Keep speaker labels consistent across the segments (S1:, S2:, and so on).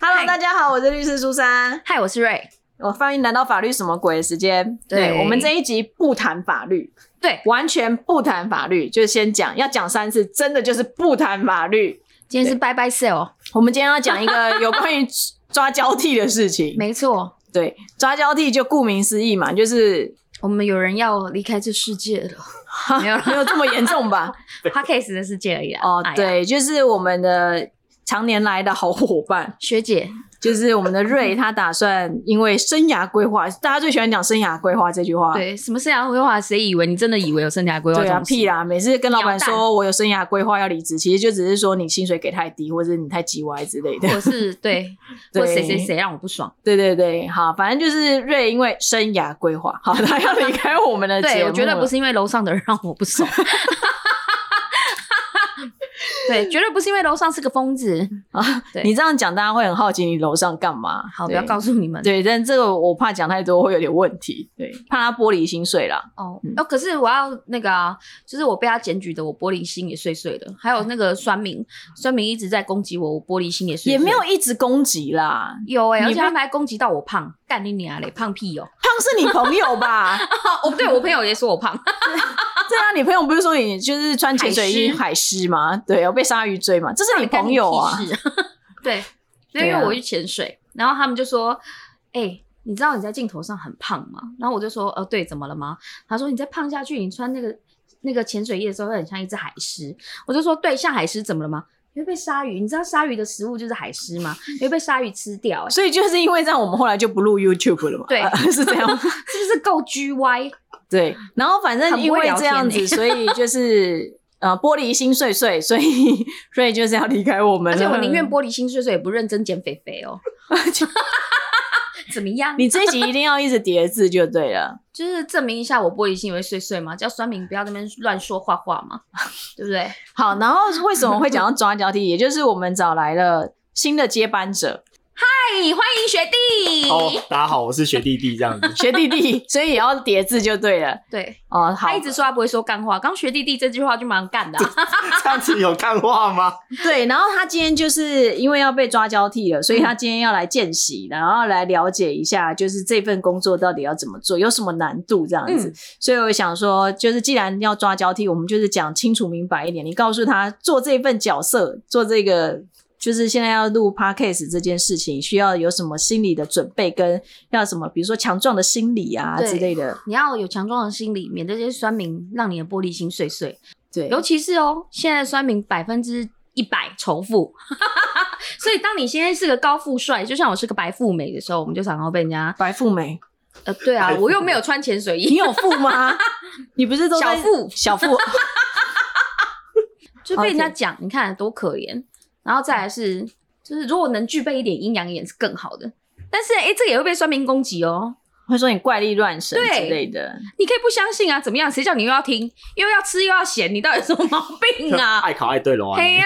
S1: Hello，大家好，我是律师苏珊，
S2: 嗨，我是瑞。
S1: 我欢迎来到法律什么鬼的时间。
S2: 对
S1: 我们这一集不谈法律，
S2: 对，
S1: 完全不谈法律，就先讲，要讲三次，真的就是不谈法律。
S2: 今天是拜拜 sale，哦
S1: 我们今天要讲一个有关于抓交替的事情。
S2: 没错，
S1: 对，抓交替就顾名思义嘛，就是
S2: 我们有人要离开这世界 了，没有啦
S1: 没有这么严重 吧？
S2: ，Podcast 的世界而已啦。
S1: 哦
S2: 哎，呀，
S1: 对，就是我们的常年来的好伙伴，
S2: 学姐，
S1: 就是我们的瑞，他打算因为生涯规划，大家最喜欢讲生涯规划这句话。
S2: 对，什么生涯规划？谁以为你真的以为有生涯规划？
S1: 啊对啊，屁！啦！每次跟老板
S2: 鸟
S1: 说我有生涯规划要离职，其实就只是说你薪水给太低，或者你太叽歪之类的。
S2: 我是对，
S1: 对
S2: 或谁谁谁让我不爽。
S1: 对对对，好，反正就是瑞因为生涯规划， 好，他要离开我们的节目
S2: 对，
S1: 了。
S2: 我绝对不是因为楼上的人让我 不爽。对，绝对不是因为楼上是个疯子。
S1: 啊！
S2: 对
S1: 你这样讲，大家会很好奇你楼上干嘛。
S2: 好，不
S1: 对
S2: 要告诉你们。
S1: 对，但这个我怕讲太多会有点问题，对，怕他剥离薪水啦。
S2: 哦
S1: 嗯，
S2: 哦，可是我要那个啊，就是我被他检举的，我玻璃心也碎碎的。还有那个酸民，酸民一直在攻击我，我玻璃心也碎碎。
S1: 也没有一直攻击啦，
S2: 有哎、
S1: 你
S2: 而且
S1: 被
S2: 他们还攻击到我胖，干你娘嘞，胖屁哦！
S1: 胖是你朋友吧？
S2: 哦，不对，我朋友也说我胖，
S1: 对啊，你朋友不是说你就是穿潜水衣海狮吗？对，有被鲨鱼追嘛？这是你朋友啊
S2: 干，你屁事？ 对，因
S1: 对
S2: 为
S1: 啊
S2: 我去潜水，然后他们就说，哎、你知道你在镜头上很胖吗？然后我就说，呃，对，怎么了吗？他说你再胖下去，你穿那个那个潜水衣的时候会很像一只海狮。我就说，对，像海狮，怎么了吗？因为被鲨鱼，你知道鲨鱼的食物就是海狮吗？因为被鲨鱼吃掉、欸，
S1: 所以就是因为这样，我们后来就不录 YouTube 了嘛。
S2: 对
S1: 呃是这 样。
S2: 是不是够 G Y？
S1: 对，然后反正因为这样
S2: 很不
S1: 子，
S2: 会聊天欸
S1: 所以就是呃玻璃心碎碎，所以所以就是要离开我们
S2: 而
S1: 了。
S2: 且我宁愿玻璃心碎碎，也不认真减肥肥哦。 怎么 样？
S1: 你这一集一定要一直叠字就对了。
S2: 就是证明一下我玻璃心也会碎碎嘛，叫酸民不要在那边乱说话话嘛， 对不对？
S1: 好，然后为什么会讲到抓交替？也就是我们找来了新的接班者。
S2: 嗨，欢迎学弟。
S3: 哦，大家好，我是学弟弟这样子
S1: 学弟弟，所以也要叠字就对了。
S2: 对，
S1: 哦，好
S2: 他一，直说他不会说干话，刚学弟弟这句话就蛮干的啊、
S3: 这样子有看话吗？
S1: 对，然后他今天就是因为要被抓交替了，所以他
S2: 嗯
S1: 今天要来见习，然后来了解一下，就是这份工作到底要怎么做，有什么难度这样子。
S2: 嗯
S1: 所以我想说，就是既然要抓交替，我们就是讲清楚明白一点，你告诉他做这份角色，做这个。就是现在要录 podcast 这件事情，需要有什么心理的准备，跟要什么，比如说强壮的心理啊
S2: 对
S1: 之类的。
S2: 你要有强壮的心理，免得这些酸民让你的玻璃心碎碎。
S1: 对，
S2: 尤其是哦，现在的酸民百分之一百仇富， 所以当你现在是个高富帅，就像我是个白富美的时候，我们就常常被人家
S1: 白富美，
S2: 呃，对啊
S3: 白，富美
S2: 我又没有穿潜水
S1: 你
S2: 衣，
S1: 有富吗？ 你不是都在
S2: 小富
S1: 小富？
S2: 就被人家讲，你看多可怜。然后再来是，就是如果能具备一点阴阳眼是更好的。但是，哎、这个也会被酸民攻击哦。
S1: 会说你怪力乱神
S2: 对
S1: 之类的。
S2: 你可以不相信啊，怎么样？谁叫你又要听，又要吃，又要咸？你到底有什么毛病啊？
S3: 爱考爱对楼啊！
S2: 嘿呀、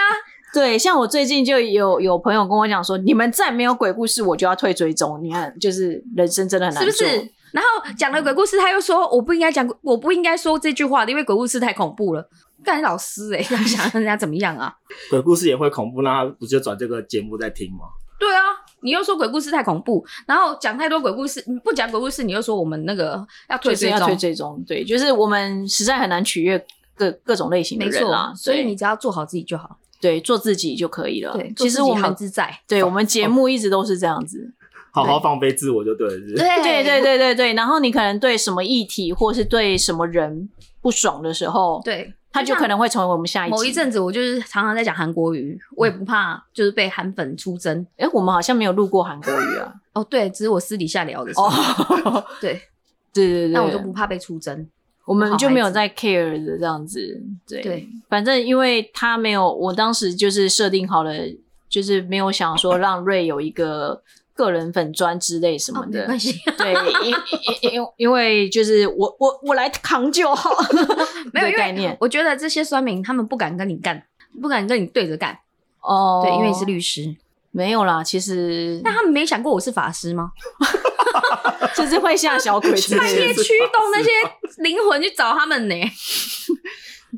S1: 对，像我最近就有有朋友跟我讲说，你们再没有鬼故事，我就要退追踪。你看，就是人生真的很难
S2: 是不
S1: 做
S2: 是？然后讲了鬼故事，他又说我不应该讲，我不应该说这句话的，因为鬼故事太恐怖了。干老师哎、欸， 想人家怎么样啊？
S3: 鬼故事也会恐怖，那他不就转这个节目在听吗？
S2: 对啊，你又说鬼故事太恐怖，然后讲太多鬼故事，你不讲鬼故事，你又说我们那个要退
S1: 就是
S2: 追
S1: 要
S2: 踪
S1: 退，追踪。对，就是我们实在很难取悦各各种类型的
S2: 没
S1: 人啊
S2: 错。。所以
S1: 对
S2: 你只要做好自己就好。
S1: 对做自己就可以了。
S2: 对，
S1: 其实我们
S2: 自在。
S1: 对我们节目一直都是这样子。
S3: 好好放飞自我就对了，是不是
S1: 对对对对对，然后你可能对什么议题或是对什么人不爽的时候，
S2: 对，
S1: 他就可能会嗯成为我们下一集。
S2: 某一，阵子我就是常常在讲韩国语，我也不怕就是被韩粉出征。
S1: 哎，我们好像没有录过韩国语 啊。
S2: 哦，对，只是我私底下聊的时候，
S1: 哦，
S2: 对，
S1: 对对对，
S2: 那我就不怕被出征。
S1: 我们
S2: 好
S1: 就
S2: 孩
S1: 没有
S2: 子
S1: 在 care 的这样子，对，
S2: 对
S1: 反正因为他没有，我当时就是设定好了，就是没有想说让瑞有一个个人粉砖之类什么
S2: 哦，没
S1: 的，
S2: 关系，
S1: 对，因因因因为就是我我我来扛就好，
S2: 没有
S1: 的
S2: 因为
S1: 概念
S2: 我觉得这些酸民他们不敢跟你干，不敢跟你对着干，
S1: 哦，
S2: 对，因为你是律师。
S1: 没有啦，其实
S2: 那他们没想过我是法 师吗？
S1: 就是会吓小鬼之
S3: 对
S2: 半
S1: 类
S2: 夜
S1: 的，
S3: 是
S2: 驱动那
S3: 法
S2: 些
S3: 师
S2: 灵魂去找他们呢，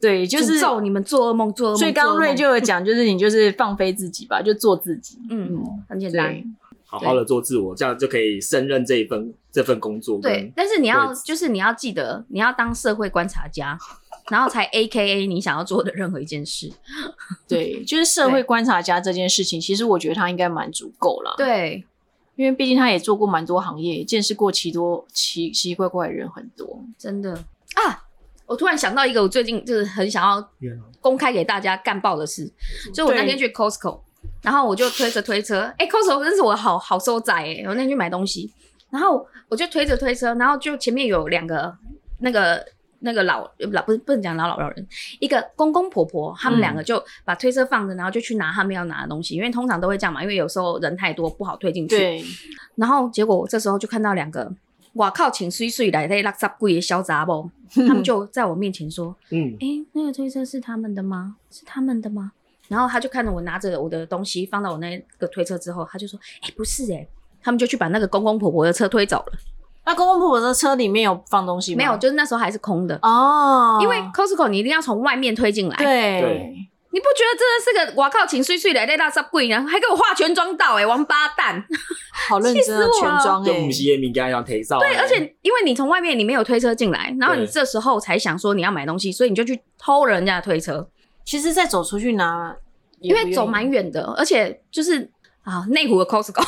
S1: 对，就是
S2: 诅咒你们做噩梦，做噩梦。
S1: 所以刚
S2: 做
S1: 刚
S2: 噩梦
S1: 瑞就有讲，就是你就是放飞自己吧，就做自己，
S2: 嗯，很简单
S1: 对。
S3: 好好的做自我，这样就可以胜任这一份这份工作。
S2: 对，，但是你要
S3: 对
S2: 就是你要记得，你要当社会观察家，然后才 A K A 你想要做的任何一件事。
S1: 对，就是社会观察家这件事情，其实我觉得他应该蛮足够了。，
S2: 对，
S1: 因为毕竟他也做过蛮多行业，也见识过奇多奇奇奇怪怪的人很多。
S2: 真的啊！我突然想到一个我最近就是很想要
S3: 因为呢
S2: 公开给大家干爆的事，就我那天去 Costco，然后我就推着推车，哎、c o s t c o 真是我好好收窄哎、我那天去买东西，然后我就推着推车，然后就前面有两个那个。那个老老不是不能讲老老老人，一个公公婆婆，他们两个就把推车放着，然后就去拿他们要拿的东西，因为通常都会这样嘛，因为有时候人太多不好推进去。
S1: 对，
S2: 然后结果我这时候就看到两个，哇靠，请水水来的垃圾鬼的小杂包，他们就在我面前说：“
S3: 嗯，
S2: 哎、那个推车是他们的吗？是他们的吗？”然后他就看着我拿着我的东西放到我那个推车之后，他就说：“哎、不是哎、他们就去把那个公公婆婆的车推走了。
S1: 那公公婆婆的车里面有放东西吗？
S2: 没有，就是那时候还是空的，
S1: 哦，
S2: 因为哎 Costco 你一定要从外面推进来。
S1: 对
S3: 对
S2: 你不觉得真的是个哇靠，请碎碎来在垃圾柜呢？还给我化全妆到哎、王八蛋！
S1: 好认真的
S2: 气死我
S1: 全
S2: 了
S1: 装
S3: 就
S1: 哎、
S3: 不是也敏感要提啊上。对
S2: 而且因为你从外面你没有推车进来，然后你
S3: 对
S2: 这时候才想说你要买东西，所以你就去偷了人家的推车。
S1: 其实再走出去拿，
S2: 因为走蛮
S1: 远，
S2: 远的，而且就是啊，内湖的 Costco，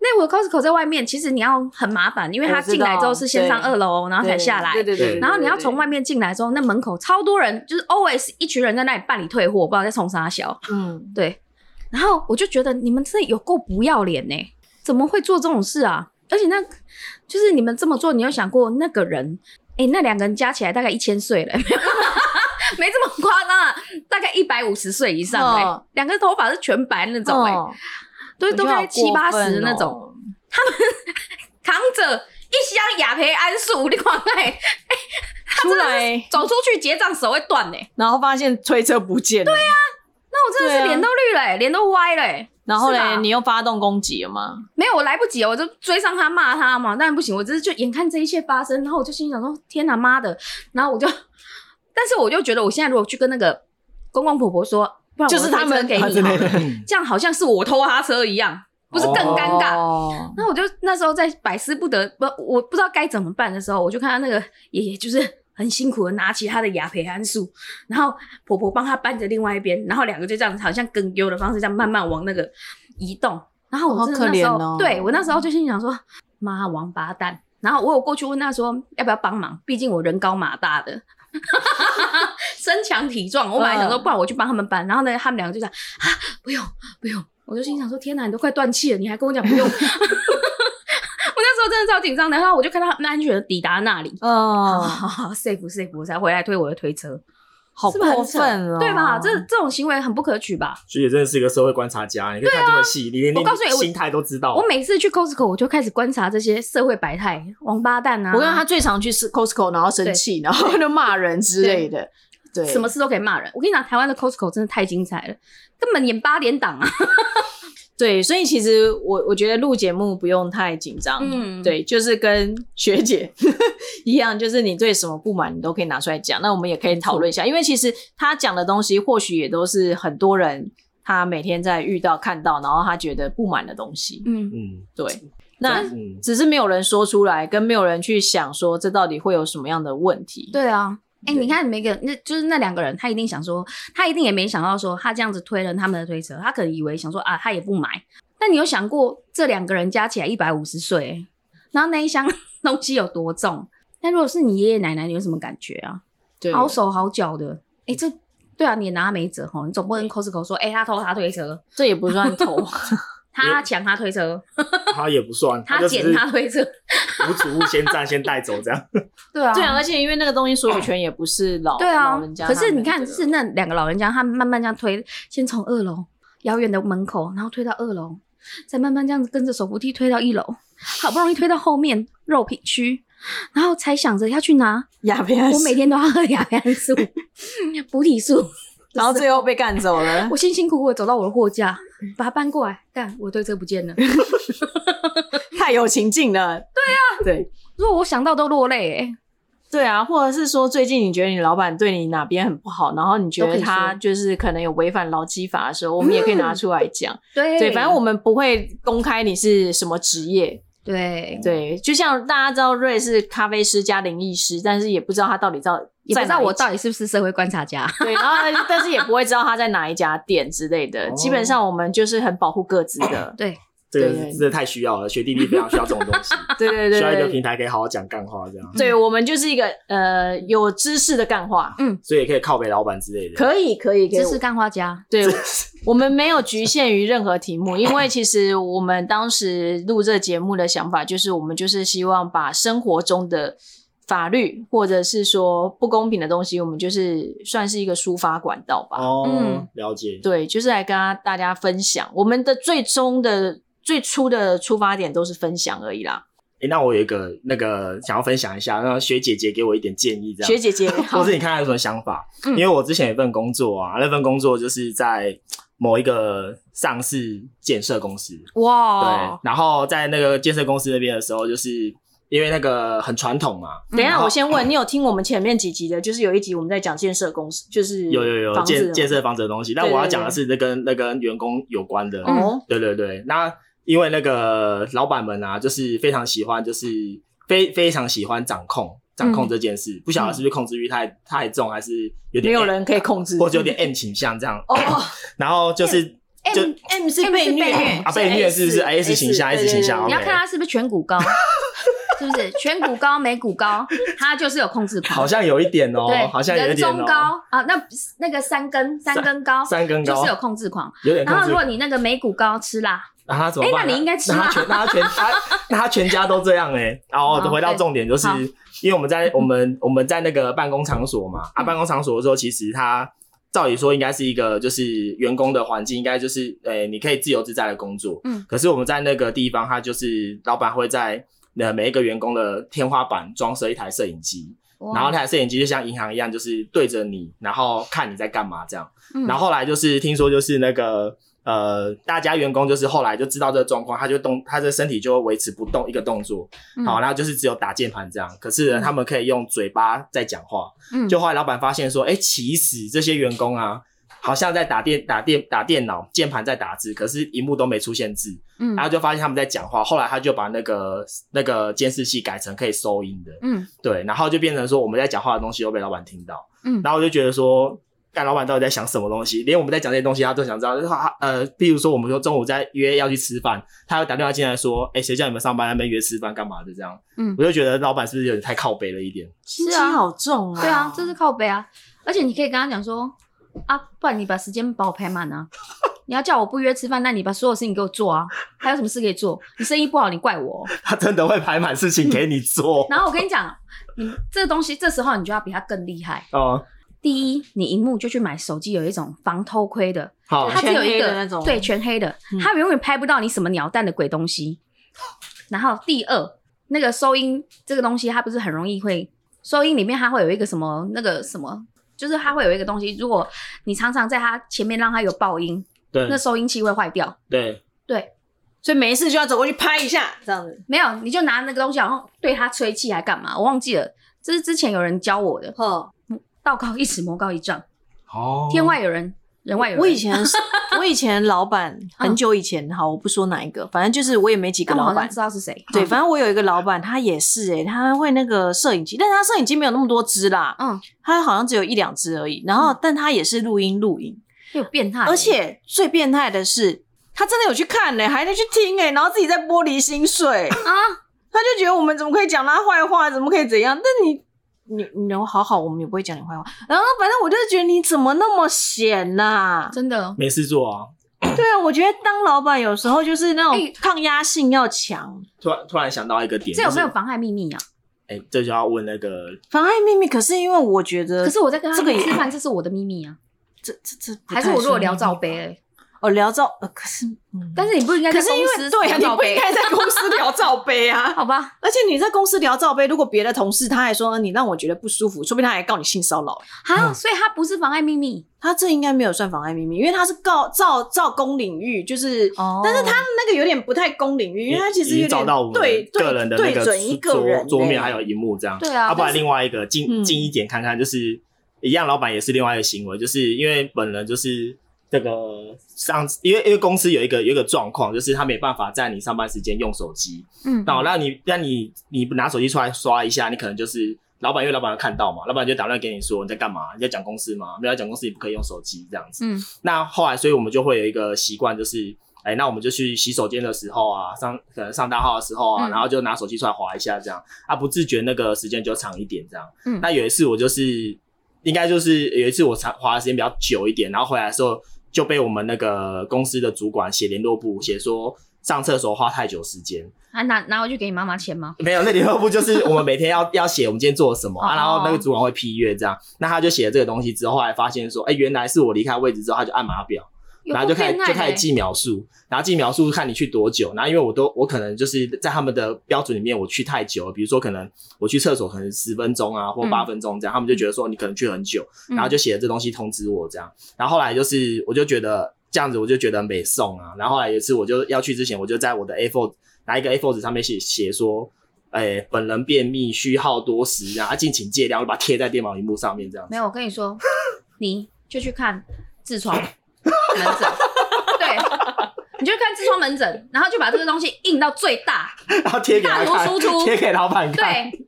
S2: 内湖的 Costco 在外面，其实你要很麻烦，因为它
S1: 我知
S2: 进来之后
S1: 道
S2: 是先上
S1: 对
S2: 二楼，然后才
S1: 对
S2: 下来，嗯
S1: 对对对对
S2: 然后你要从外
S1: 面，
S2: 面进来之后，那门口超多人，就是 always 一群人在那里办理退货，我不知道在冲啥小，
S1: 嗯，
S2: 对，然后我就觉得你们真的有够不要脸呢、怎么会做这种事啊？而且那就是你们这么做，你有想过那个人？哎、那两个人加起来大概一千岁了， 没有没这么夸张啊，大概一百五十岁以上哎、
S1: 哦
S2: 两、个头发是全白那种哎、
S1: 哦
S2: 都都大概七八十那。
S1: 我觉得好
S2: 种，
S1: 过分哦
S2: 扛着一箱雅培安素，你看哎、
S1: 出来，
S2: 走出去结账手会断哎、
S1: 然后发现推车不见了。
S2: 啊
S1: 对呀、
S2: 那我真的
S1: 对
S2: 是
S1: 啊
S2: 脸都绿了、欸，脸都歪了、欸。
S1: 然后
S2: 是吧
S1: 嘞，你又发动攻击了吗？
S2: 没有，我来不及了，我就追上他骂他嘛，但不行，我只是就眼看这一切发生，然后我就心里想说：天哪，妈的！然后我就， 但是我就觉得，我现在如果去跟那个公公婆婆说，不然我
S1: 就是他们
S2: 推车给你好了，
S3: 嗯
S2: 这样好像是我偷他车一样，不是更尴尬？
S1: 哦、
S2: 那我就那时候在百思不得不，我不知道该怎么办的时候，我就看到那个爷爷就是很辛苦的拿起他的雅培安素，然后婆婆帮他搬着另外一边，然后两个就这样子好像跟丢的方式这样慢慢往那个移动。然后我真的那时候，
S1: 好可怜哦
S2: 对我那时候就心里想说，妈王八蛋。然后我有过去问他说要不要帮忙，毕竟我人高马大的， 身强体壮。我本来想说，
S1: 嗯
S2: 不然我去帮他们搬。然后呢，他们两个就讲啊，不用不用。我就心想说，天哪，你都快断气了，你还跟我讲不用。 我那时候真的超紧张的，然后我就看到他们安全的抵达那里，
S1: 哦，
S2: safe safe，我才回来推我的推车，
S1: 好
S2: 是不是很
S1: 过分
S2: 扯
S1: 哦，
S2: 对吧？这这种行为很不可取吧？
S3: 学姐真的是一个社会观察家，你可以看这么细，你连
S2: 啊我告诉你
S3: 连
S2: 我
S3: 心态都知
S1: 哦
S3: 道
S2: 我。每次去 Costco，我就开始观察这些社会百态，王八蛋啊！
S1: 我跟他最常去是 Costco，然后生气，然后就骂人之类的。对，
S2: 什么事都可以骂人。我跟你讲，台湾的 Costco 真的太精彩了，根本演八点档啊！
S1: 对，所以其实我我觉得录节目不用太紧张，
S2: 嗯
S1: 对，就是跟学姐 一样，就是你对什么不满，你都可以拿出来讲。那我们也可以讨论一下，因为其实他讲的东西，或许也都是很多人他每天在遇到、看到，然后他觉得不满的东西。
S2: 嗯，
S3: 嗯
S1: 对，那
S3: 嗯，
S1: 只是没有人说出来，跟没有人去想说这到底会有什么样的问题。
S2: 对啊。哎、
S1: 对
S2: 你看每个那就是那两个人，他一定想说，他一定也没想到说他这样子推了他们的推车，他可能以为想说啊，他也不买。但你有想过这两个人加起来一百五十岁欸，然后那一箱 东西有多重？那如果是你爷爷奶奶，你有什么感觉啊？
S1: 对，
S2: 好手好脚的，哎、这对啊，你也拿他没辙哈，你总不能 Costco 说，哎、他偷他推车，
S1: 这也不算 头，
S2: 他抢他推车，
S3: 他也不算，
S2: 他
S3: 就只
S2: 捡
S3: 是
S2: 他推车，
S3: 无主物先占先带走这样。
S2: 对啊，
S1: 对啊，而且因为那个东西所有权也不是老
S2: 对啊
S1: 老人，家他
S2: 可
S1: 们的，
S2: 是你看，是那两个老人家，他慢慢这样推，先从二楼遥远的门口，然后推到二楼，再慢慢这样子跟着手扶梯推到一楼，好不容易推到后面肉品区，然后才想着要去拿。
S1: 亚平安
S2: 我每天都 要喝雅培安素、 补体 素，
S1: 然后最后被干走了。
S2: 我辛辛苦苦的走到我的货架，把它搬过来，但我对这不 见了。
S1: 太有情境了。对呀、对，
S2: 啊如果我想到都落泪、欸，
S1: 对啊，或者是说最近你觉得你老板对你哪边很不好，然后你觉
S2: 都可
S1: 得
S2: 以说
S1: 他就是可能有违反劳基法的时候，我们也可以拿出来讲。
S2: 对
S1: 对，反正我们不会公开你是什么职业。
S2: 对
S1: 对，就像大家知道瑞是咖啡师加灵异师，但是也不知道他到底到
S2: 也不知道我
S1: 到
S2: 到底是不是社会观察家。。
S1: 对，然后呢但是也不会知道他在哪一家店之类的。基
S3: 哦
S1: 本上我们就是很保护各自的
S2: 对，
S3: 这个
S1: 对对
S3: 真的太需要了，学弟弟非常需要这种东西，
S1: 对对对
S3: 需要一个
S1: 对
S3: 平
S1: 对，
S3: 台可以好好讲干话这样，
S1: 对我们就是一个呃有知识的干话，
S3: 所以也可以靠北老板之类的。
S1: 可以可以，可以
S2: 知识干花家。
S1: 对，我们没有局限于任何题目，因为其实我们当时录这节目的想法就是，我们就是希望把生活中的法律或者是说不公平的东西，我们就是算是一个抒发管道吧。
S3: 哦
S2: 嗯，
S3: 了解。
S1: 对，就是来跟大家分享我们的最终的最初的出发点都是分享而已啦。
S3: 诶，那我有一个那个想要分享一下，让学姐姐给我一点建议，这样
S1: 学姐 姐，
S3: 或
S1: 好
S3: 是你看她有什么想法？
S2: 嗯
S3: 因为我之前有一份工作啊，那份工作就是在某一个上市建设公司，
S1: 哦
S3: 对
S2: 哇，，
S3: 然后在那个建设公司那边的时候，就是因为那个很传统嘛，
S1: 等一
S3: 然
S1: 下，
S3: 后
S1: 我先问你，有听我们前面几集的？就是有一集我们在讲建设公司，就是
S3: 有有有
S1: 房子
S3: 建
S1: 的
S3: 建设房子的东西，但
S1: 对对
S3: 我要讲的是那跟那跟员工有关的，
S2: 嗯
S1: 哦，
S3: 对对对，那因为那个老板们啊，就是非常喜欢，就是非非常喜欢掌控掌
S2: 嗯
S3: 控这件事，不晓得是不是控制欲太太重，还是
S1: 没
S3: 有点
S1: 有人可以控制，
S3: 或者有点 M 倾向这样，
S1: 哦哦。
S3: 然后就是就
S2: M
S1: M 是
S2: M 是
S1: 被
S2: 被
S1: 虐
S2: 虐
S3: 啊被虐是不是 S 形象 S 形象
S2: 你要
S3: OK
S2: 看他是不是颧骨高，是不是颧骨高、眉骨高，他就是有控制狂。
S3: 好像有一点哦
S2: 对，，
S3: 好像有一
S2: 人
S3: 点
S2: 中
S3: 哦，
S2: 高啊，那那个三根三根高，
S3: 三根
S2: 就
S3: 高
S2: 是有控制狂。
S3: 有点控
S2: 然后
S3: 制
S2: 如。果你那个眉骨高吃辣，
S3: 那他怎么
S2: 哎
S3: 办啊？
S2: 诶那你应该吃
S3: 那他
S2: 辣
S3: 全，那他全，他那他全家都这样哎、然后
S2: 好
S3: 回到
S2: 对
S3: 重点，就是
S2: 好
S3: 因为我们在我们我们在那个办公场所嘛，啊，
S2: 嗯
S3: 办公场所的时候，其实它照理说应该是一个就是员工的环境，应该就是呃、你可以自由自在的工作。
S2: 嗯，
S3: 可是我们在那个地方，它就是老板会在呃每一个员工的天花板装设一台摄影机，
S2: 哇
S3: 然后那台摄影机就像银行一样，就是对着你，然后看你在干嘛这样。
S2: 嗯
S3: 然后后来就是听说就是那个呃，大家员工就是后来就知道这个状况，他就动，他的身体就维持不动一个动作，
S2: 嗯
S3: 好，然后就是只有打键盘这样。可是呢，
S2: 嗯
S3: 他们可以用嘴巴在讲话。
S2: 嗯
S3: 就后来老板发现说，哎，其实这些员工啊。好像在打电打电打电脑，键盘在打字，可是荧幕都没出现字，
S2: 嗯
S3: 然后就发现他们在讲话。后来他就把那个那个监视器改成可以收音的，
S2: 嗯
S3: 对，然后就变成说我们在讲话的东西都被老板听到，
S2: 嗯
S3: 然后我就觉得说，干老板到底在想什么东西？连我们在讲这些东西，他都想知道。就是他呃，譬如说我们说中午在约要去吃饭，他又打电话进来说，哎、谁叫你们上班还没约吃饭干嘛的这样？
S2: 嗯
S3: 我就觉得老板是不是有点太靠北了一点？
S1: 心机
S2: 是啊
S1: 好重啊！
S2: 对啊，这是靠背啊。而且你可以跟他讲说啊，不然你把时间把我排满啊。你要叫我不约吃饭，那你把所有事情给我做啊！还有什么事可以做？你生意不好，你怪我哦、
S3: 他真的会排满事情给你做
S2: 然后我跟你讲，你这个东西，这时候你就要比他更厉害。
S3: 哦、
S2: 第一，你荧幕就去买手机，有一种防偷窥的，
S3: 好，
S2: 它只有
S1: 哦全黑
S2: 一
S1: 的
S2: 个
S1: 那种
S2: 对全黑的
S1: 嗯，
S2: 它永远拍不到你什么鸟蛋的鬼东西。然后第二，那个收音这个东西，它不是很容易会收音里面它会有一个什么那个什么，就是它会有一个东西，如果你常常在它前面让它有爆音，
S3: 对
S2: 那收音器会坏掉。
S3: 对，
S2: 对，
S1: 所以没事就要走过去拍一下，这样子。
S2: 没有你就拿那个东西，然后对它吹气还干嘛？我忘记了，这是之前有人教我的，
S1: 哦，
S2: 道高一尺，魔高一丈，
S3: 哦，
S2: 天外有人，人外有人。
S1: 我以前 是我以前老板很久以前，好，我不说哪一个，反正就是我也没几个
S2: 但我
S1: 老
S2: 嗯好
S1: 板
S2: 像知。道是谁。
S1: 对，
S2: 嗯
S1: 反正我有一个老板，他也是诶、他会那个摄影机，但是他摄影机没有那么多支啦，
S2: 嗯，
S1: 他好像只有一两支而已。然后，
S2: 嗯
S1: 但他也是录音录影，
S2: 有变态，
S1: 而且最变态的是，他真的有去看呢、还能去听哎、然后自己在玻璃心 碎。
S2: 啊，
S1: 他就觉得我们怎么可以讲他坏话，怎么可以怎样？但你你你人好好，我们也不会讲你坏话。然后反正我就觉得你怎么那么闲呐、
S2: 真的，
S3: 没事做啊。
S1: 对啊，我觉得当老板有时候就是那
S2: 哎
S1: 种抗压性要强，
S3: 突然突然想到一个点，
S2: 这有
S3: 就
S2: 没
S3: 是
S2: 有？妨害秘密啊？
S3: 哎、这就要问那个
S1: 妨碍秘密。可是因为我觉得，
S2: 可是我在跟他
S1: 呃这个也
S2: 吃饭，这是我的秘密啊。
S1: 这这这不
S2: 还
S1: 太
S2: 是我如果
S1: 算秘
S2: 聊
S1: 密
S2: 罩杯、欸，
S1: 哦，聊照，呃可是，嗯
S2: 但是你不应该在
S1: 可是
S2: 公
S1: 因为
S2: 司
S1: 对啊，
S2: 找
S1: 你
S2: 罩
S1: 不
S2: 杯
S1: 应该在公司聊罩杯啊。
S2: 好吧？
S1: 而且你在公司聊罩杯，如果别的同事他还说呃你让我觉得不舒服，说不定他还告你性骚扰。
S2: 好，
S3: 嗯
S2: 所以他不是妨碍秘密，
S1: 他这应该没有算妨碍秘密，因为他是告照照公领域，就是，
S2: 哦
S1: 但是他那个有点不太公领域，因为他其实
S3: 已
S1: 有点
S3: 经找到我们
S1: 对
S3: 个人的
S1: 对
S3: 那
S1: 对准一
S3: 个
S1: 个人欸
S3: 桌
S1: 呢
S3: 桌面还有荧幕这样。
S2: 对啊
S3: 要不
S2: 但
S3: 然
S2: 是
S3: 另外一个近
S1: 嗯
S3: 近一点看看，就是一样，老板也是另外一个行为，就是因为本人就是这个上，因为因为公司有一个有一个状况，就是他没办法在你上班时间用手机，
S2: 嗯，
S3: 那我让你让你你拿手机出来刷一下，你可能就是老板，因为老板有看到嘛，老板就打断给你说你在干嘛？你在讲公司吗？没有在讲公司，你不可以用手机这样子。
S2: 嗯，
S3: 那后来，所以我们就会有一个习惯，就是。哎、那我们就去洗手间的时候啊，上可能上大号的时候啊，
S2: 嗯
S3: 然后就拿手机出来划一下，这样啊，不自觉那个时间就长一点这样。
S2: 嗯
S3: 那有一次我就是，应该就是有一次我长划的时间比较久一点，然后回来的时候就被我们那个公司的主管写联络簿，写说上厕所花太久时间，
S2: 还拿拿回去给你妈妈签吗？
S3: 没有，那联络部就是我们每天要 要写我们今天做了什么、啊，
S2: 哦
S3: 然后那个主管会批阅这样。那他就写了这个东西之后，后来发现说，哎、原来是我离开位置之后，他就按码表，
S2: 有
S3: 然后就
S2: 够
S3: 开始
S2: 变态
S3: 就开始
S2: 的
S3: 记秒数，然后记秒数看你去多久。然后因为我都我可能就是在他们的标准里面我去太久了，比如说可能我去厕所可能十分钟啊或
S2: 嗯
S3: 八分钟这样，他们就觉得说你可能去很久，
S2: 嗯
S3: 然后就写了这东西通知我这样。然后后来就是我就觉得这样子我就觉得很没送啊。然后后来有一次我就要去之前，我就在我的 A4 拿一个 A4 纸上面写写说。哎，本人便秘，虚耗多时，然后敬请见谅，我把它贴在电脑荧幕上面这样子
S2: 没。有，我跟你说，你就去看痔疮门 诊，对，你就去看痔疮门诊，然后就把这个东西印到最大，
S3: 然后贴给
S2: 大
S3: 他看
S2: 图输出，
S3: 贴给老板看，
S2: 对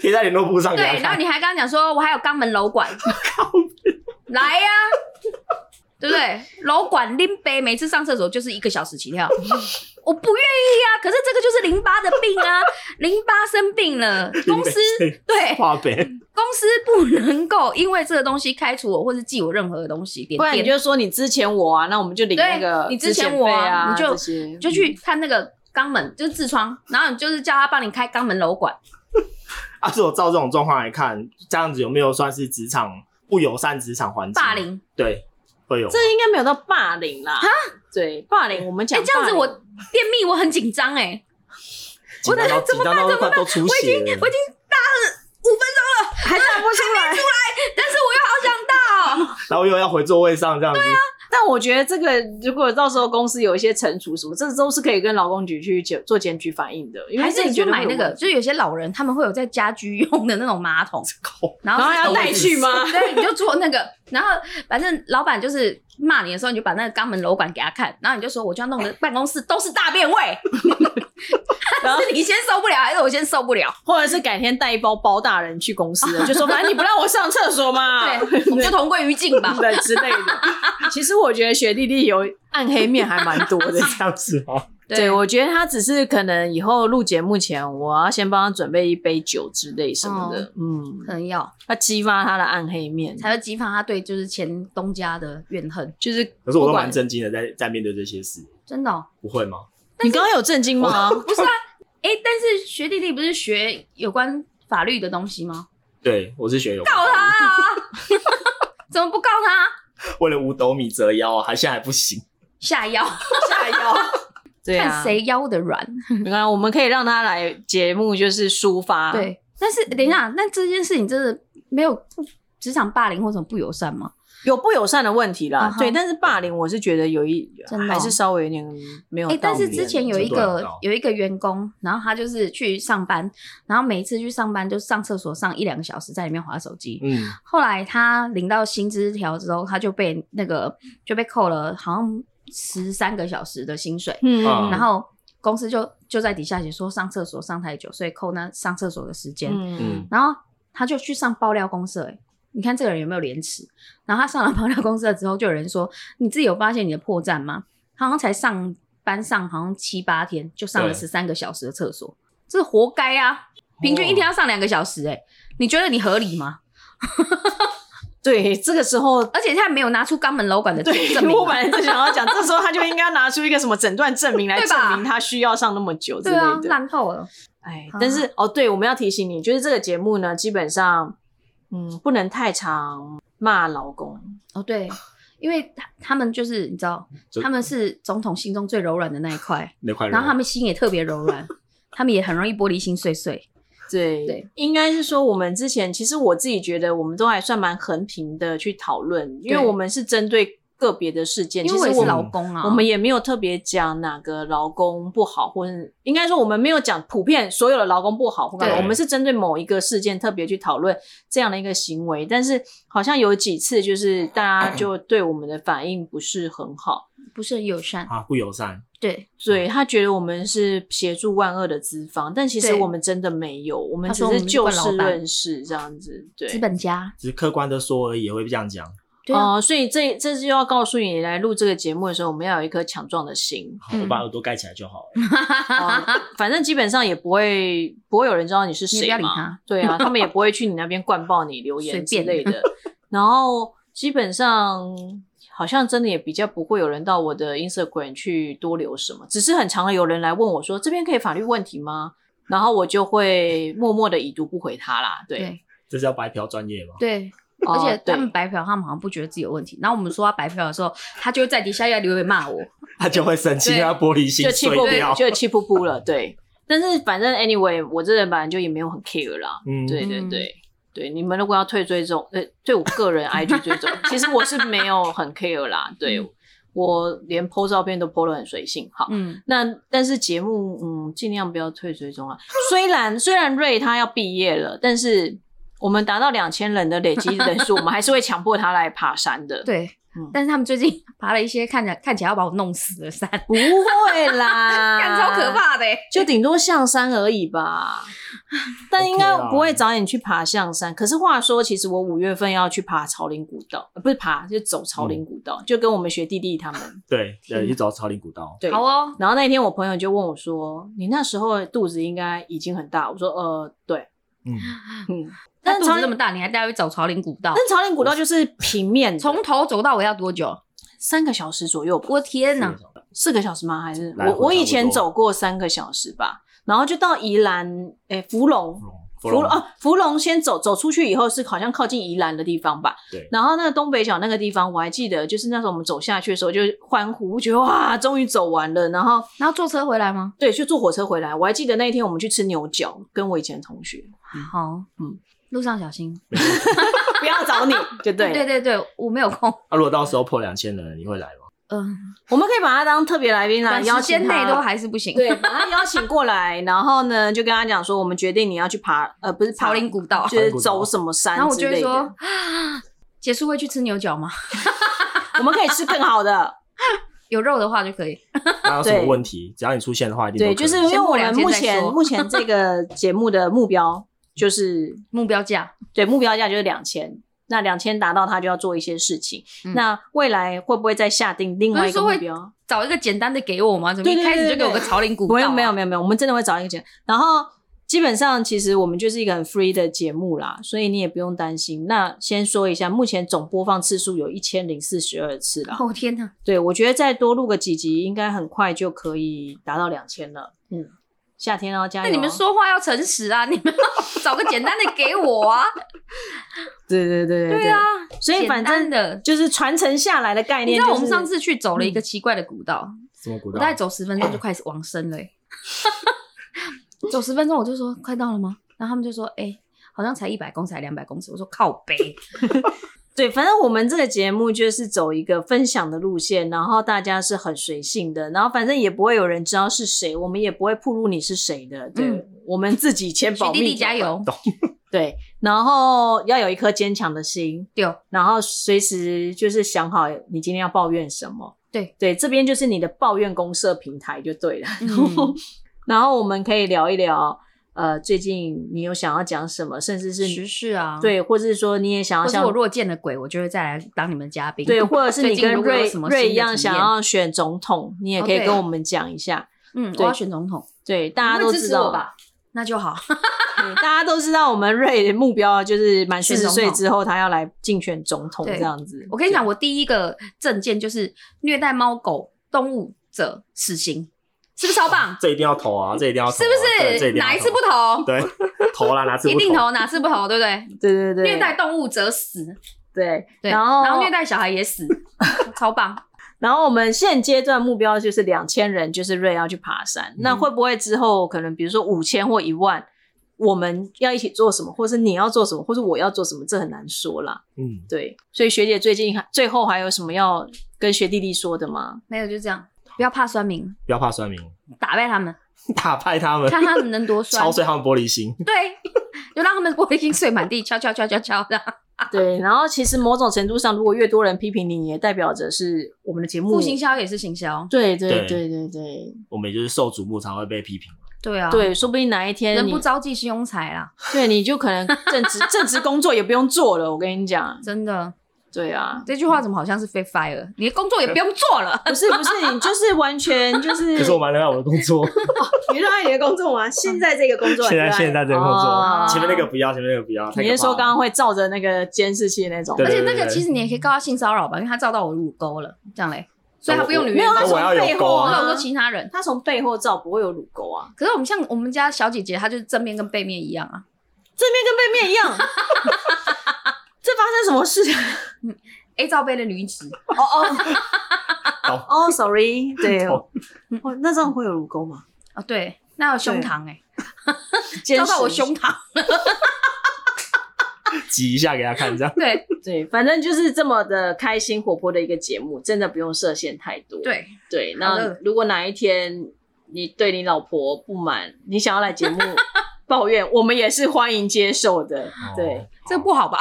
S3: 贴在联络簿上给他
S2: 对，然后
S3: 看。
S2: 你还跟他讲说，我还有肛门瘘管，来呀、对不对？瘘管拎杯，每次上厕所就是一个小时起跳，我不愿意啊呀、可是这个就是淋巴的病啊，淋巴生病了，公司
S3: 林北
S2: 对
S3: 画北，
S2: 公司不能够因为这个东西开除我，或是记我任何的东西，点
S1: 不然
S2: 点
S1: 你就说你之前我啊，那我们就领那
S2: 对
S1: 个
S2: 你之
S1: 之
S2: 前
S1: 前
S2: 我啊
S1: 啊，
S2: 你就
S1: 这些
S2: 就去看那个肛门，就是痔疮，然后你就是叫他帮你开肛门瘘管，
S3: 啊，是我照这种状况来看，这样子有没有算是职场不友善职场环境？
S2: 霸？凌。
S3: 对，会有。
S1: 这应该没有到霸凌啦。对，霸凌我们
S2: 啊
S1: 讲
S2: 哎、
S1: 霸凌，
S2: 这样子我便秘，我很紧张哎，
S3: 紧张到紧张到都快都出
S2: 我已
S3: 血
S2: 经
S3: 了。
S2: 我已经大了五分钟了，
S1: 还打不出来。
S2: 但是我又好想大、哦。
S3: 然后又要回座位上这样子。
S1: 但我觉得这个如果到时候公司有一些惩处什么，这都是可以跟劳工局去检做检举反映的，因为
S2: 还是
S1: 这
S2: 你就
S1: 绝对
S2: 买
S1: 会有
S2: 那个，
S1: 问题
S2: 就是有些老人他们会有在家居用的那种马 桶，然后
S1: 然后
S2: 是
S1: 还要
S2: 抖
S1: 带去吗？
S2: 对，你就做那个，然后反正老板就是骂你的时候，你就把那个肛门瘘管给他看，然后你就说我就要弄得办公室都是大便味，
S1: 然后
S2: 是你先受不了还是我先受不了？
S1: 或者是改天带一包包大人去公 司了，就说反正你不让我上厕所嘛，
S2: 对，我们就同归于尽 吧。
S1: 对之类的。 其实我觉得学弟弟有暗黑面还蛮多
S2: 啊
S1: 的。
S3: 这样子吗？
S1: 对，我觉得他只是可能以后录节目前，我要先帮他准备一杯酒之类什么的，嗯，
S2: 可能要
S1: 要激发他的暗黑面。
S2: 才会激发他对就是前东家的怨恨，
S1: 就是
S3: 可是我
S1: 不
S3: 都
S1: 管
S3: 蛮震惊的，在在面对这些事，
S2: 真的哦、
S3: 不会吗？
S1: 你刚刚有震惊吗？
S2: 不是啊？哎、但是学弟弟不是学有关法律的东西吗？
S3: 对，我是学友，
S2: 告他啊！怎么不告他？
S3: 为了五斗米折腰啊，还现在还不行。
S2: 下腰，
S1: 下腰。 对啊，
S2: 看谁腰的软。
S1: 你看，我们可以让他来节目，就是抒发。，
S2: 对，啊但是等一下，那这件事情真的没有不职场霸凌或什么不友善吗？
S1: 有不友善的问题啦
S2: 嗯哼
S1: 对，但是霸凌我是觉得有一
S2: 真的哦
S1: 还是稍微有点没有道
S2: 哎、
S1: 理。
S2: 但是之前有一
S3: 程度还
S2: 个
S3: 不到
S2: 有一个员工，然后他就是去上班，然后每一次去上班就上厕所上一两个小时，在里面划手机。
S3: 嗯，
S2: 后来他领到薪资条之后，他就被那个就被扣了好像十三个小时的薪水，
S1: 嗯，
S3: 嗯
S2: 然后公司就就在底下写说上厕所上太久，所以扣那上厕所的时间。
S1: 嗯，
S2: 然后他就去上爆料公社、欸，你看这个人有没有廉耻？然后他上了爆料公社之后，就有人说你自己有发现你的破绽吗？他好像才上班上好像七八天，就上了十
S3: 对
S2: 三个小时的厕所，这活该啊！平均一
S1: 哦
S2: 天要上两个小时、欸，哎，你觉得你合理吗？
S1: 对，这个时候，
S2: 而且他没有拿出肛门瘘管的证
S1: 对
S2: 明
S1: 我
S2: 啊、
S1: 本来就想要讲，这时候他就应该拿出一个什么诊断证明来
S2: 对吧
S1: 证明他需要上那么久之
S2: 对
S1: 类
S2: 啊，
S1: 的。
S2: 烂透了。
S1: 哎，但是哦，对，我们要提醒你，就是这个节目呢，基本上，嗯，不能太常骂老公。
S2: 哦，对，因为他他们就是你知道
S3: 就，
S2: 他们是总统心中最柔软的那一块，
S3: 那块肉，
S2: 然后他们心也特别柔 软，他们也很容易玻璃心碎碎。
S1: 对
S2: 对，
S1: 应该是说我们之前，其实我自己觉得我们都还算蛮横平的去讨论，因为
S2: 对
S1: 我们是针对个别的事件，
S2: 因为
S1: 其
S2: 我
S1: 实
S2: 也
S1: 我
S2: 是
S1: 们
S2: 老公啊，
S1: 我们也没有特别讲哪个劳工不好，或是应该说我们没有讲普遍所有的劳工不好或干嘛，
S2: 对
S1: 我们是针对某一个事件特别去讨论这样的一个行为。但是好像有几次就是大 家就对我们的反应不是很好，
S2: 不是很友善。
S3: 啊不友善，
S2: 对，
S1: 哦对他觉得我们是协助万恶的资方，但其实
S2: 对
S1: 我们真的没有，我们
S2: 他
S1: 只
S2: 说我
S1: 是
S2: 们是
S1: 就
S2: 惯老
S1: 事
S2: 板
S1: 论事这样子，对，
S2: 资本家。
S3: 只是客观的说而已，也会这样讲。
S2: 对啊，
S1: 哦、所以这这就要告诉你，来录这个节目的时候，我们要有一颗强壮的心。
S3: 好
S2: 嗯
S3: 我把耳朵盖起来就好了。
S1: 哦反正基本上也不会不会有人知道你是
S2: 你也
S1: 谁
S2: 不
S1: 嘛，
S2: 要理他
S1: 对啊，他们也不会去你那边灌爆你留言之
S2: 随便
S1: 类的。 然后基本上好像真的也比较不会有人到我的 Instagram 去多留什么，只是很常有人来问我说这边可以法律问题吗？然后我就会默默的已读不回他啦。对，
S2: 对
S3: 这是要白嫖专业吗？
S2: 对，
S1: 哦
S2: 而且他们
S1: 对
S2: 白嫖，他们好像不觉得自己有问题。然后我们说他白嫖的时候，他就会在底下要留言骂我。
S1: 哦
S3: 他就会生气，因
S2: 对
S3: 为他玻璃心
S1: 就气
S3: 碎
S1: 噗
S3: 掉
S1: 噗，。就气噗噗了。对， 但是反正 anyway，我这人本来就也没有很 care 啦。
S3: 嗯，
S1: 对对
S2: 嗯
S1: 对、对，你们如果要退追踪，呃，对我个人 IG 追踪，其实我是没有很 care 啦。对、
S2: 嗯
S1: 我连 po 照片都 po 得很随性，好。
S2: 嗯，
S1: 那但是节目，嗯，尽量不要退追踪啊。虽然虽然瑞他要毕业了，但是我们达到两千人的累积人数，我们还是会强迫他来爬山的。，
S2: 对
S1: 嗯。
S2: 但是他们最近 爬了一些看起来看起来要把我弄死 的山，
S1: 不会 啦，
S2: 看超可。怕的欸。
S1: 就顶多象山而已吧，但应该
S3: OK 啦
S1: 不会找你去爬象山。可是话说，其实我五月份要去爬朝林古道，呃、不是爬，就走朝
S3: 嗯
S1: 林古道，就跟我们学弟弟他们。
S3: 对
S2: 天
S3: 对，
S2: 哪
S3: 去找草林古道。
S1: 对，
S2: 好哦，
S1: 然后那天我朋友就问我说：“你那时候肚子应该已经很大。”我说：“呃，对，
S3: 嗯，
S1: 嗯。”
S2: 他
S1: 但
S2: 肚
S1: 朝
S2: 子
S1: 林
S2: 这么，大，你还带他去走朝林古道
S1: 但，朝林古道就是平面的，
S2: 从头走到尾要多久？
S1: 三个小时左右吧，
S2: 我天
S3: 是
S2: 哪！
S3: 的
S1: 四个小时吗？还是
S3: 来回
S1: 我我以
S3: 差
S1: 前
S3: 不多
S1: 走过三个小时吧，然后就到宜兰，诶，芙蓉芙
S3: 芙，蓉，芙
S1: 蓉
S3: 蓉，
S1: 哦，芙蓉先走走出去以后是好像靠近宜兰的地方吧。
S3: 对
S1: 然后那个东北角那个地方我还记得，就是那时候我们走下去的时候就 欢呼，觉得哇，终于走完了。然后
S2: 然后坐车回来吗？
S1: 对，就坐火车回来。我还记得那一天我们去吃牛角，跟我以前的同学，
S2: 好，
S1: 嗯
S2: 嗯，路上小心。
S1: 不要找你，就对了。
S2: 对对对，我没有空。
S3: 那如果到时候破两千人，你会来 吗？
S2: 嗯，
S1: 我们可以把他当特别来宾啦，
S2: 短
S1: 邀
S2: 时
S1: 请
S2: 间内
S1: 他
S2: 都还是不 行。
S1: 对，把他邀请过来，然后呢就跟他讲说，我们决定你要去爬，呃，不是爬
S2: 朝林古道，
S1: 就是走什么山
S2: 然后我
S1: 之
S2: 就
S1: 类
S2: 会
S1: 的。
S2: 说啊，结束会去吃牛角吗？
S1: 我们可以吃更好的。
S2: 有肉的话就可以。
S3: 那有什么
S1: 对
S3: 问题？只要你出现的话，一定都
S1: 对，
S3: 可
S1: 就是因
S3: 以
S1: 为我们
S2: 先
S1: 目
S2: 过两天
S1: 前
S2: 再说
S1: 目前这个节目的目 标就是
S2: 目标价，
S1: 对目标价就是两千，那两千达到它就要做一些事情。
S2: 嗯
S1: 那未来会不会再下定另外一个目标？
S2: 找一个简单的给我吗？怎么
S1: 对对对
S2: 一开始就给我
S1: 对
S2: 个朝林古道、啊
S1: 没有没有
S2: 有，
S1: 没有没有，我们真的会找一个节目。然后基本上其实我们就是一个很 free 的节目啦，所以你也不用担心。那先说一下，目前总播放次数有一千零四十二次 啦。
S2: 哦天哪，
S1: 对，我觉得再多录个几集，应该很快就可以达到两千了。嗯，夏天哦，加
S2: 那
S1: 油哦！
S2: 你们说话要诚实啊！你们要找个简单的给我啊！
S1: 对对对 对
S2: 对啊，，
S1: 所以反
S2: 简
S1: 正
S2: 单的。
S1: 就是传承下来的概
S2: 你
S1: 念、
S2: 知
S1: 就是。嗯
S2: 道我们上次去走了一个奇怪的古道，
S3: 什么古
S2: 我
S3: 道
S2: 大？概走十分钟就开始往生了、欸， 走十分钟我就说快到了吗？然后他们就说哎、欸好像才一百公尺，还两百公尺。我说靠北，
S1: 对，反正我们这个节目就是走一个分享的路线，然后大家是很随性的，然后反正也不会有人知道是谁，我们也不会暴露你是谁的。对、
S2: 嗯
S1: 我们自己先
S2: 徐
S1: 保
S2: 弟
S1: 密。
S2: 弟加！油，
S1: 对，然后要有一颗坚强的心，
S2: 对，
S1: 然后随时就是想好你今天要抱怨什么。
S2: 对
S1: 对，这边就是你的抱怨公社平台就对了。
S2: 嗯
S1: 然后我们可以聊一聊，呃，最近你有想要讲什么，甚至是
S2: 时事啊，。
S1: 对，或是说你也想要
S2: 或是
S1: 像
S2: 我如果见了鬼，我就会再来当你们嘉宾。
S1: 对，或者是
S2: 最
S1: 你
S2: 近
S1: 跟
S2: 如果有
S1: 瑞
S2: 什么新
S1: 瑞
S2: 的
S1: 一样
S2: 体
S1: 想
S2: 验，
S1: 要选总统，你也
S2: 哦
S1: 可以
S2: 对
S1: 跟我们讲一下。
S2: 嗯，我
S1: 对
S2: 要选总统，
S1: 对，大家
S2: 你
S1: 都
S2: 会
S1: 知
S2: 支持我
S1: 道？
S2: 吧？那就好，
S1: 对大家都知道，我们瑞的目标就是满四
S2: 选
S1: 十
S2: 总
S1: 岁
S2: 统
S1: 之后，他要来竞选总统
S2: 对
S1: 这样子。
S2: 我跟你
S1: 对
S2: 讲，，我第一个证件就是虐待猫狗动物者死刑，是不是超棒？
S3: 这一定要投啊！这一定要投
S2: 是
S3: 啊，对
S2: 不
S3: 这
S2: 是？
S3: 一定要
S2: 哪一次
S3: 投
S2: 不投？
S3: 对，投啦，哪 次
S2: 一
S3: 不
S2: 定投，哪次不投？对不对？
S1: 对对对，
S2: 虐待动物者死，
S1: 对，
S2: 对，
S1: 然后
S2: 然后虐待小孩也死， 超棒。
S1: 然后我们现阶段目标就是两千人，就是瑞要去爬山。
S2: 嗯
S1: 那会不会之后可能比如说五千或一万，我们要一起做什么，或是你要做什么，或是我要做什么，这很难说啦。
S3: 嗯，
S1: 对，所以学姐最近还最后还有什么要跟学弟弟说的吗？
S2: 没有就这样，不要怕酸民，
S3: 不要怕酸民，
S2: 打败他们，
S3: 打败他们，
S2: 看他们能多酸
S3: 敲。碎他们玻璃心。
S2: 对，就让他们玻璃心碎满地，敲敲敲敲敲的。
S3: 哦
S1: 对，啊然后其实某种程度上，如果越多人批评你，也代表着是我们的节目
S2: 不行销也是行销，
S1: 对对对
S3: 对
S1: 对对
S3: 我们也就是受瞩目，常会被批评。
S2: 对啊，，
S1: 对，说不定哪一天
S2: 人
S1: 你
S2: 不招济是庸才啦，
S1: 对你就可能正 职正职工作也不用做了。我跟你讲，
S2: 真的。
S1: 对啊，
S2: 这句话怎么好像是被 fire？你的工作也不用做了。
S1: 不是不是，你就是完全就是
S3: 可是我蛮热爱我的工 作，
S1: 你热爱你的工作吗？现在这个工作
S3: 现在现在这个工作
S2: 啊
S1: 哦，
S3: 前面那个不要，前面那个不要。太
S1: 你
S3: 可
S1: 是
S3: 怕
S1: 说
S3: 了
S1: 刚刚会照着那个监视器的那种？
S3: 对
S2: 而
S3: 对
S2: 且那个其实你也可以告他性骚扰吧，因为他照到我乳沟了，这样嘞，所以他不用
S3: 我
S2: 履
S1: 没
S2: 约
S1: 有，
S2: 费。
S1: 他
S3: 那
S1: 从
S3: 我要有
S1: 背后
S3: 勾
S2: 我
S1: 啊，
S2: 有说其他人，
S1: 他从背后照不会有乳沟啊，
S2: 可是我们像我们家小姐姐，她就是正面跟背面一样啊。
S1: 正面跟背面一样。 这发生什么事？
S2: A 罩杯的女子，
S1: 哦哦
S3: 懂
S1: 哦，sorry，对，
S3: 懂
S1: 哦，那这样会有乳沟吗？
S2: 哦，对，那有胸膛哎、欸，
S1: 监
S2: 照
S1: 视
S2: 到我胸膛，
S3: 挤一下给他看，这样
S2: 对
S1: 对，反正就是这么的开心活泼的一个节目，真的不用设限太多。
S2: 对，
S1: 对，
S2: 好
S1: 那
S2: 的
S1: 如果哪一天你对你老婆不满，你想要来节目 抱怨，我们也是欢迎接受的。对
S3: 哦
S2: 这不好吧？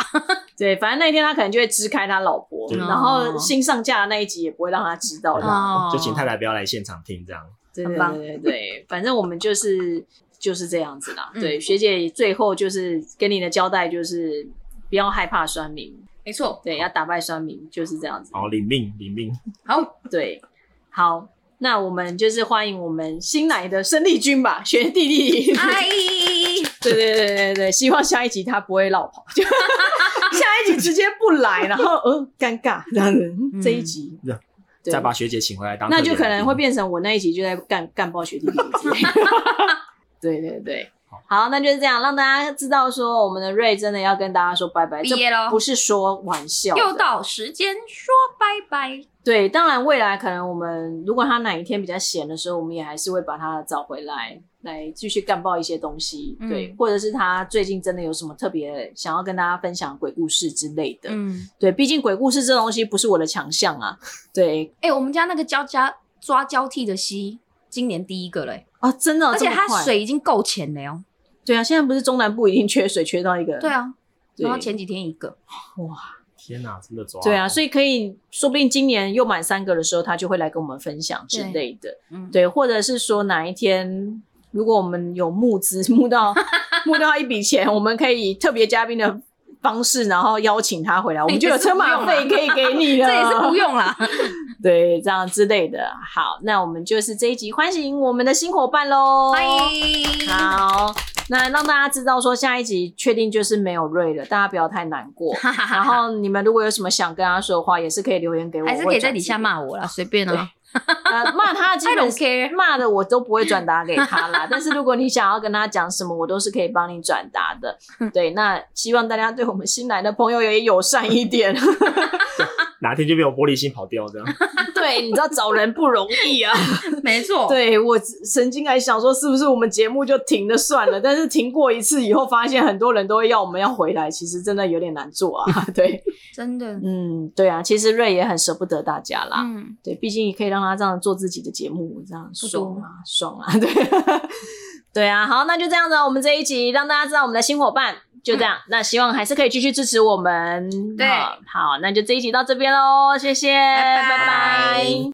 S1: 对，反正那一天他可能就会支开他老婆，
S3: 对
S1: 然后新上架的那一集也不会让他知道的。
S2: 哦
S3: 就请太太不要来现场听这样。
S1: 对
S2: 很
S1: 对
S2: 棒
S1: 对对对，反正我们就是就是这样子啦。
S2: 嗯
S1: 对，学姐最后就是跟你的交代就是不要害怕酸民，
S2: 没错，
S1: 对，要打败酸民，就是这样子。
S3: 好，领命，领命，
S2: 好，
S1: 对，好，那我们就是欢迎我们新来的生力军吧，学弟弟。
S2: 哎，
S1: 对对对对对，希望下一集他不会落跑， 就下一集直接不来，然后呃尴尬这样子。
S2: 嗯
S1: 这一集
S3: 对，
S1: 对
S3: 嗯再把学姐请回来当特
S1: 那
S3: 别来
S1: 就
S3: 宾。
S1: 可能会变成我那一集就在干干爆学弟弟之 类的。对对对，好，那就是这样，让大家知道说我们的瑞真的要跟大家说拜拜，
S2: 毕
S1: 这
S2: 业咯
S1: 不是说玩笑的，
S2: 又到时间说拜拜，
S1: 对，当然未来可能我们如果他哪一天比较闲的时候，我们也还是会把他找回来，来继续干爆一些东西，
S2: 嗯
S1: 对，或者是他最近真的有什么特别想要跟大家分享的鬼故事之类的，
S2: 嗯。
S1: 对，毕竟鬼故事这东西不是我的强项啊，对，
S2: 哎、我们家那个交加抓交替的溪，今年第一个嘞、
S1: 啊，真的哦，
S2: 而且
S1: 这么
S2: 它
S1: 快，
S2: 水已经够浅了哦、
S1: 对啊，现在不是中南部已经缺水缺到一个，
S2: 对啊，
S1: 对，
S2: 然后前几天一个，
S1: 哇，
S3: 天哪，真的抓
S1: 对啊，所以可以说不定今年又满三个的时候，他就会来跟我们分享之
S2: 对
S1: 类的，
S2: 嗯，
S1: 对，或者是说哪一天，如果我们有募资， 募到募到一笔钱，我们可以以特别嘉宾的方式，然后邀请他
S2: 哎
S1: 回来，我们就有车马费可以 给你
S2: 啊这
S1: 了。
S2: 也是不用啦。
S1: 对，这样之类的。好，那我们就是这一集欢迎我们的新伙伴喽，
S2: 欢。迎，
S1: 哦 好，那让大家知道说下一集确定就是没有瑞了，大家不要太难 过。然后你们如果有什么想跟他说的话，也是可以留言给我，
S2: 还是
S1: 我
S2: 可以
S1: 会
S2: 在
S1: 转
S2: 底
S1: 寄给
S2: 下骂我啦，随便啊。
S1: 呃，骂他基
S2: I
S1: 本
S2: don't care
S1: 骂的我都不会转达给他 啦。但是如果你想要跟他讲什么，我都是可以帮你转达 的。对，那希望大家对我们新来的朋友也友善一 点。
S3: 哪天就被我玻璃心跑掉这样。
S1: 对，你知道找人不容易啊。
S2: 没错，
S1: 对我曾经还想说，是不是我们节目就停了算了？但是停过一次以后，发现很多人都会要我们要回来，其实真的有点难做 啊。对，
S2: 真的，
S1: 嗯，对啊，其实瑞也很舍不得大家啦。
S2: 嗯，
S1: 对，毕竟也可以让他这样做自己的节目，这样
S2: 不
S1: 爽
S2: 多
S1: 啊，爽啊， 对，对啊，好，那就这样子啊，我们这一集让大家知道我们的新伙伴就这样，那希望还是可以继续支持我们，
S2: 嗯对
S1: 好，好那就这一集到这边喽，谢谢，
S2: 拜拜
S1: 拜拜